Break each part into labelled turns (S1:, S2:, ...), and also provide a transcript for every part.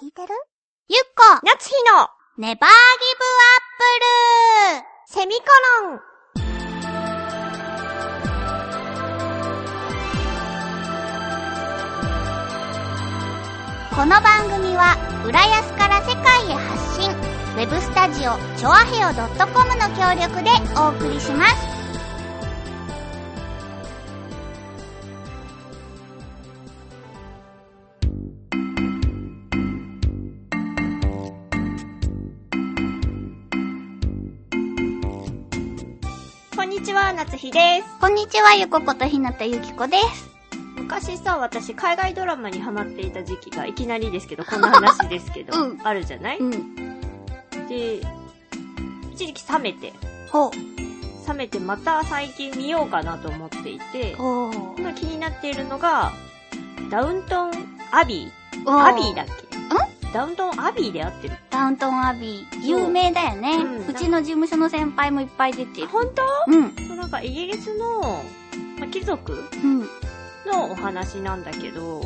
S1: 聞いてるゆっこ
S2: 夏日の
S1: ネバーギブアップルセミコロンこの番組は浦安から世界へ発信ウェブスタジオチョアヘオ .com の協力でお送りします
S2: こんにちは、夏日です。
S1: こんにちはゆこことひなたゆきこです
S2: 昔さ、私、海外ドラマにハマっていた時期が、いきなりですけど、こんな話ですけど、
S1: うん
S2: あるじゃない
S1: うん
S2: で、一時期冷めて、
S1: ほう
S2: 冷めてまた最近見ようかなと思っていて、
S1: ほう
S2: 今気になっているのが、ダウントンアビー。アビーだっけダウントンアビーで合ってる。
S1: ダウントンアビー、
S2: そう
S1: 有名だよね。
S2: うん
S1: うちの事務所の先輩もいっぱい出てる。
S2: 本
S1: うん。
S2: 当なんかイギリスの、まあ貴族
S1: うん。
S2: のお話なんだけど、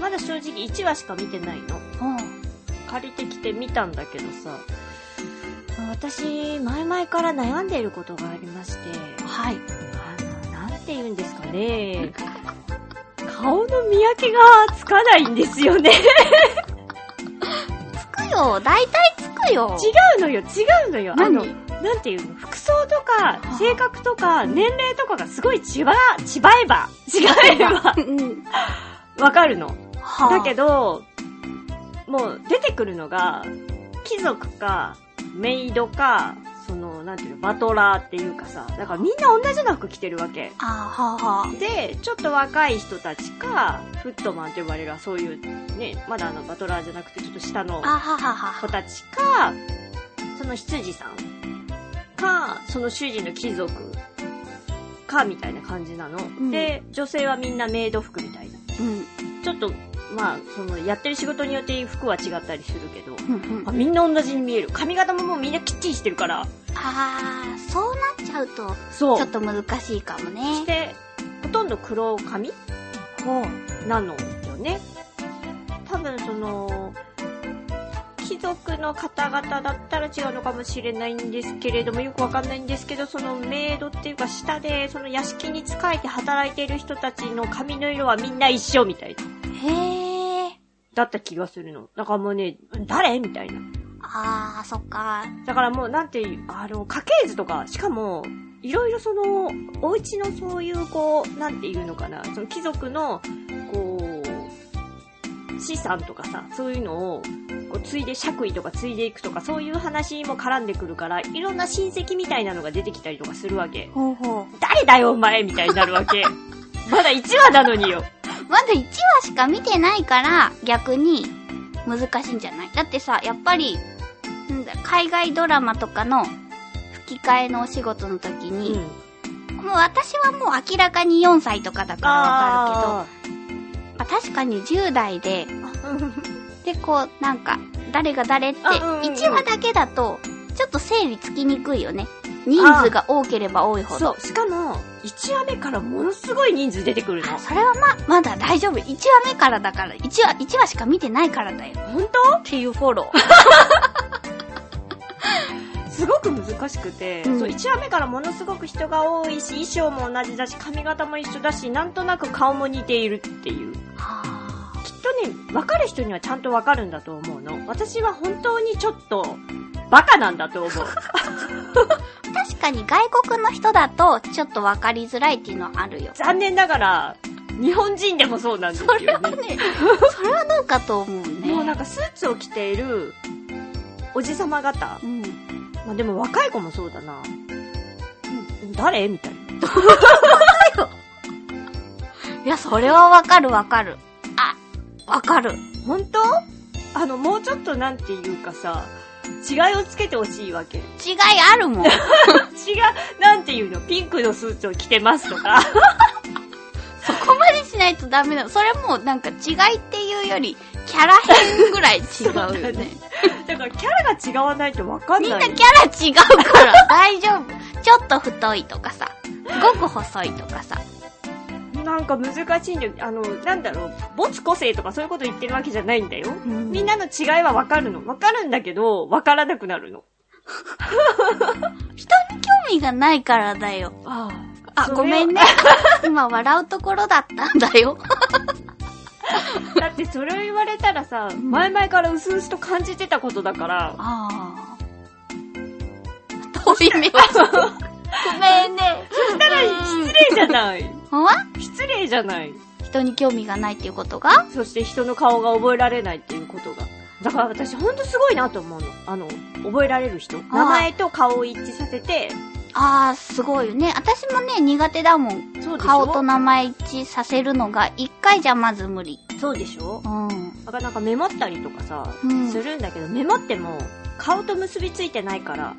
S2: まだ正直1話しか見てないの。借りてきて見たんだけどさ、私、前々から悩んでいることがありまして、
S1: はい。
S2: あの、なんて言うんですかね、顔の見分けがつかないんですよね。
S1: つくよ。大体つくよ。
S2: 違うのよ、違うのよ。あ
S1: 何
S2: の、なんていうの、服装とか
S1: あ、
S2: 性格とか、年齢とかがすごいちば、ちばえば、違えば、
S1: うん。
S2: わかるの。
S1: は
S2: だけ
S1: ど。
S2: ど、もう出てくるのが、貴族か、メイドか、その、なんていうの、バトラーっていうかさ、だからみんな同じの服着てるわけ。
S1: あはあはあ。
S2: で、ちょっと若い人たちか、フットマンと呼ばれる、そういう、ね、まだあの、バトラーじゃなくて、ちょっと下の
S1: あははは
S2: 子たちか、その執事さんか、その主人の貴族か、みたいな感じなの。
S1: ん
S2: で、女性はみんなメイド服みたいな。
S1: うん。
S2: ちょっと、まあ、その、やってる仕事によって服は違ったりするけど、
S1: うんうん
S2: あ、みんな同じに見える。髪型ももうみんなきっちりしてるから。
S1: あー、そうなっちゃうと、
S2: そ
S1: ちょ
S2: う
S1: っ。と難しいかも
S2: し
S1: ね。
S2: て、ほとんど黒髪
S1: ほう。
S2: なのよね。多分その、貴族の方々だったら違うのかもしれないんですけれども、よくわかんないんですけど、そのメイドっていうか下で、その屋敷に仕えて働いている人たちの髪の色はみんな一緒みたいな。
S1: へー。
S2: だった気がするの。だからもうね、誰みたいな。
S1: あー、そっか。
S2: だからもうなんていう、あの、家系図とか、しかも、いろいろその、お家のそういう、こう、なんていうのかな、その貴族の、こう、資産とかさ、そういうのを、こう、継いで、爵位とか継いでいくとか、そういう話も絡んでくるから、いろんな親戚みたいなのが出てきたりとかするわけ。
S1: ほうほう。
S2: 誰だよ、お前みたいになるわけ。 まだ1話なのによ。
S1: まだ1話しか見てないから、逆に難しいんじゃないだってさ、やっぱり、なんだ、海外ドラマとかの吹き替えのお仕事の時
S2: う
S1: に、。もう私はもう明らかに4歳とかだからわか
S2: あ
S1: るけど、まあ、確かに10代で、
S2: ー。
S1: で、こう、なんか、誰が誰って、
S2: あうんうんうん
S1: 1話だけだと、ちょっと整理つきにくいよね。人数が多ければ多いほど。
S2: そう、しかも、1話目からものすごい人数出てくるの
S1: あ。それはま、まだ大丈夫。1話目からだから、1話、1話しか見てないからだよ。
S2: 本当
S1: っていうフォロー。
S2: すごく難しくて、
S1: うん
S2: そう1話目からものすごく人が多いし衣装も同じだし髪型も一緒だしなんとなく顔も似ているっていうきっ
S1: はあ
S2: とね分かる人にはちゃんと分かるんだと思うの私は本当にちょっとバカなんだと 思う
S1: 確かに外国の人だとちょっと分かりづらいっていうのはあるよ。
S2: 残念ながら日本人でもそうなんですよ、ね、
S1: それはね、それはどうかと思うね。
S2: もうなんかスーツを着ているおじさま方、
S1: うん。
S2: まあ、でも若い子もそうだなうん誰みたいない
S1: や、それは分かる分かる。あ、分かる。
S2: 本当あのもうちょっとなんていうかさ違いをつけてほしいわけ
S1: 違いあるもん。
S2: 違う、なんていうの、ピンクのスーツを着てますとか。
S1: そこまでしないとダメだ。それもうなんか違いっていうより、キャラ変ぐらい違うよね。
S2: だからキャラが違わないとわかん
S1: みん
S2: な。
S1: ないキャラ違う から大丈夫。ちょっと太いとかさ、すごく細いとかさ。
S2: なんなんか難しいんだよ。あの、なんだろう、没個性とかそういうこと言ってるわけじゃないんだよ。みんなの違いはわかるの。わかるんだけど、わからなくなるの。
S1: 興味がないからだよ。
S2: あ
S1: あ、ごめん
S2: ね。
S1: ね。今笑うところだったんだよ。
S2: だってそれを言われたらさ、
S1: ん
S2: 前々から薄々と感じてたことだから、
S1: ああ。飛び目はしてる。ごめんね。そしたら
S2: 失礼じゃ ない。
S1: ほんま
S2: 失礼じゃない。
S1: 人に興味がないっていうことが
S2: そして人の顔が覚えられないっていうことが。だから私ほんとすごいなと思うの。あの、覚えられる人。名前と顔を一致させて、
S1: ああ、すごいよね。私もね、苦手だもん。
S2: そうでしょ
S1: 顔と名前一致させるのが、一回じゃまず無理。
S2: そうでしょ
S1: うん。
S2: だからなんかメモったりとかさ、
S1: うん
S2: するんだけど、メモっても顔と結びついてないから、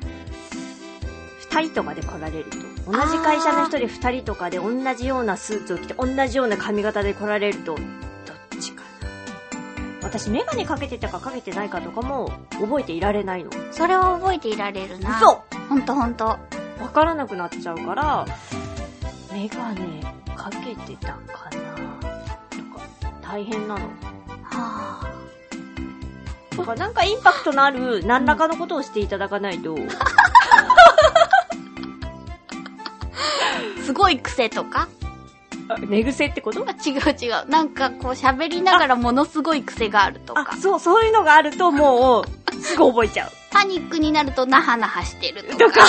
S2: 二人とかで来られると。同じ会社の人で二人とかで同じようなスーツを着て、同じような髪型で来られると、どっちかな。私、メガネかけてたかかけてないかとかも覚えていられないの。
S1: それは覚えていられるな。
S2: 嘘
S1: ほんとほんと。
S2: わからなくなっちゃうから、メガネかけてたかなとか、大変なの。
S1: あ
S2: とか、なんかインパクトのある何らかのことをしていただかないと、
S1: ーすごい癖とか
S2: あ 寝癖ってこと
S1: あ違う違う。なんかこう喋りながらものすごい癖があると
S2: あ、
S1: か。
S2: そう、そういうのがあるともう、すぐ覚えちゃう。
S1: パニックになるとナハナハしてるとか。
S2: とか。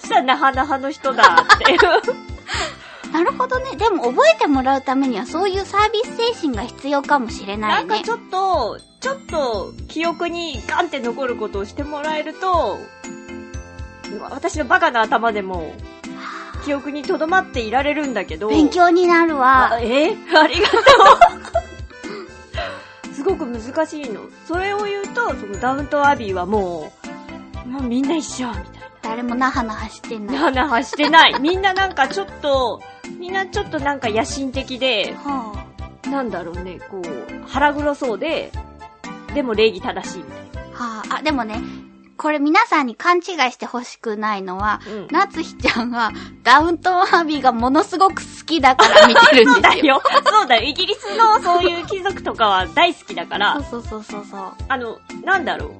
S2: そしたら、なは なはの人だって。
S1: なるほどね。でも覚えてもらうためにはそういうサービス精神が必要かもしれな
S2: ないんか
S1: ね
S2: ち。ょっと、ちょっと、記憶にガンって残ることをしてもらえると、私のバカな頭でも、記憶に留まっていられるんだけど。
S1: 勉強になる
S2: あ
S1: わ。
S2: え ありがとう。 すごく難しいの。それを言うと、そのダウントアビーはもう、もうみんな一緒、みたいな。
S1: 誰もナハナハしてない。は
S2: ななはしてない。 みんななんかちょっと、みんなちょっとなんか野心的で、
S1: あ、
S2: なんだろうね、こう、腹黒そうで、でも礼儀正しいみたいな。
S1: はあ、あ、でもね、これ皆さんに勘違いしてほしくないのは、
S2: うん。
S1: 夏日ちゃんはダウントンアビーがものすごく好きだから見てる
S2: そ
S1: んで
S2: うだ
S1: すよ。
S2: よ。そうだよ。イギリスのそういう貴族とかは大好きだから、
S1: そうそうそうそうそう。
S2: あの、なんだろう。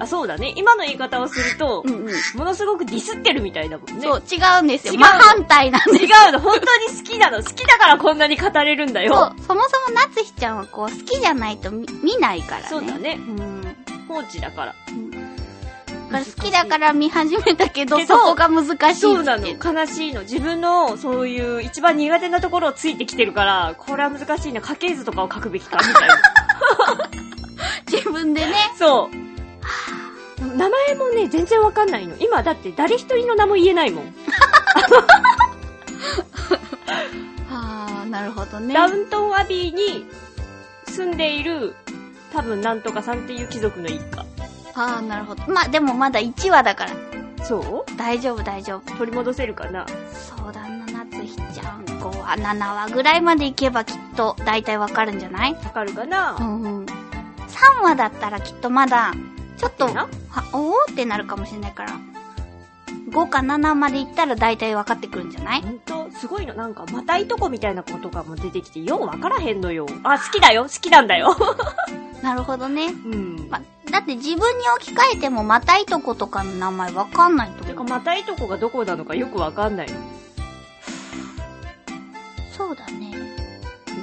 S2: あ、そうだね。今の言い方をすると
S1: う、んうん。
S2: ものすごくディスってるみたいだもんね。
S1: そう、違うんですよ。
S2: 違う
S1: 真反対なんです
S2: 違うの。本当に好きなの。好きだからこんなに語れるんだ
S1: そ
S2: よ。
S1: う、そもそも夏日ちゃんはこう、好きじゃないと見見ないからね。
S2: そうだね。
S1: うん。だ
S2: 放置だから。
S1: から好きだから見始めたけど、
S2: け
S1: そ
S2: ど
S1: こが難しいって。
S2: そうなの。悲しいの。自分の、そういう、一番苦手なところをついてきてるから、これは難しいな。家系図とかを書くべきか、みたい な。
S1: 自分でね。
S2: そう。名前もね、全然わかんないの。今、だって誰一人の名も言えないもん。
S1: はあ、なるほどね。
S2: ダウントンアビーに住んでいる、多分なんとかさんっていう貴族の一家。
S1: ああ、なるほど。まあ、でもまだ1話だから、
S2: そう
S1: 大丈夫大丈夫。
S2: 取り戻せるかな
S1: そうだな、夏日ちゃん。5話、7話ぐらいまでいけばきっと、だいたいわかるんじゃない
S2: わかるか
S1: う
S2: なん
S1: うん。3話だったらきっとまだ、ちょっと、
S2: な
S1: はおおってなるかもしれないから。5か7までいったら大体分かってくるんじゃない
S2: 本当すごいの。なんか、またいとこみたいなことがも出てきて、ようわからへんのよ。あ、好きだよ。好きなんだよ。
S1: なるほどね。
S2: うん。
S1: ま、だって自分に置き換えてもまたいとことかの名前分かんないと
S2: て
S1: 思
S2: か、
S1: う。
S2: またいとこがどこなのかよくわかんない。
S1: そうだね。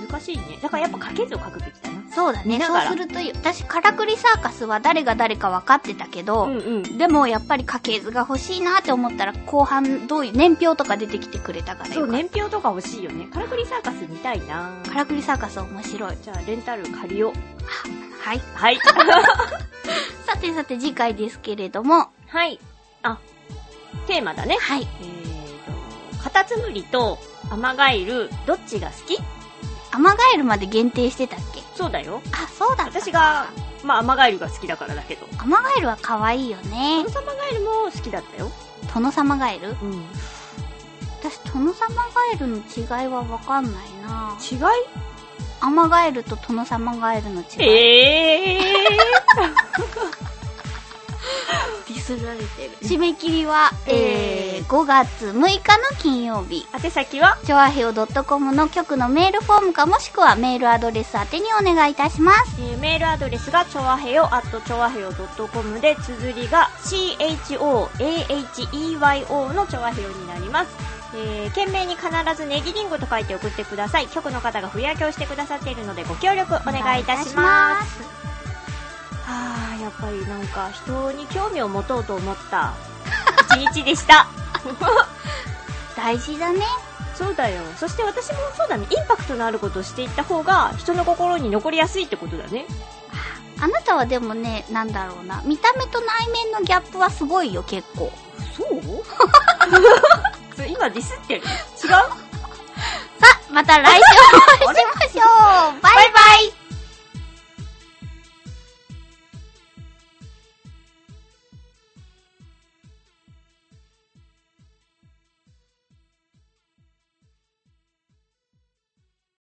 S2: 難しいね。だからやっぱ家系図を書くべきだな。
S1: そうだね。
S2: 見な
S1: そう
S2: がら
S1: するといいよ、私、カラクリサーカスは誰が誰か分かってたけど、
S2: うんうん。
S1: でもやっぱり家系図が欲しいなって思ったら後半どういう年表とか出てきてくれたからよ
S2: そう、
S1: かった
S2: 年表とか欲しいよね。カラクリサーカス見たいな
S1: カラクリサーカス面白い。
S2: じゃあ、レンタル借りよう。
S1: はい。
S2: はい。
S1: さてさて次回ですけれども、
S2: はい。あ、テーマだね。
S1: はい。
S2: えーと、カタツムリとアマガエル、どっちが好き
S1: アマガエルまで限定してたっけ
S2: そうだよ。
S1: あ、そうだった。
S2: 私が、まあ、アマガエルが好きだからだけど。
S1: アマガエルは可愛いよね
S2: トノ。サマガエルも好きだったよ。
S1: トノサマガエル
S2: うん。
S1: 私、トノサマガエルの違いはわかんないな
S2: 違い
S1: アマガエルとトノサマガエルの違い。
S2: ええ
S1: ディス
S2: すられてる。
S1: 締め切りは、えー、5月6日の金曜日。
S2: 宛先は、
S1: チョアヘオ .com の局のメールフォームかもしくはメールアドレス宛てにお願いいたします。
S2: えーメールアドレスが、ちょわへよ、at ちょわへよ .com で、綴りが、CHOAHEYO のちょわへよになります。えー、懸命に必ずネギリンゴと書いて送ってください。局の方が不やけをしてくださっているので、ご協力お願いいたします。
S1: す。
S2: はあ、やっぱりなんか、人に興味を持とうと思った、一日でした。
S1: 大事だね。
S2: そうだよ。そして私もそうだね。インパクトのあることをしていった方が、人の心に残りやすいってことだね。
S1: あなたはでもね、なんだろうな。見た目と内面のギャップはすごいよ、結構。
S2: そう それ今ディスってる。違う
S1: さあ、また来週お会いしましょうバイバイ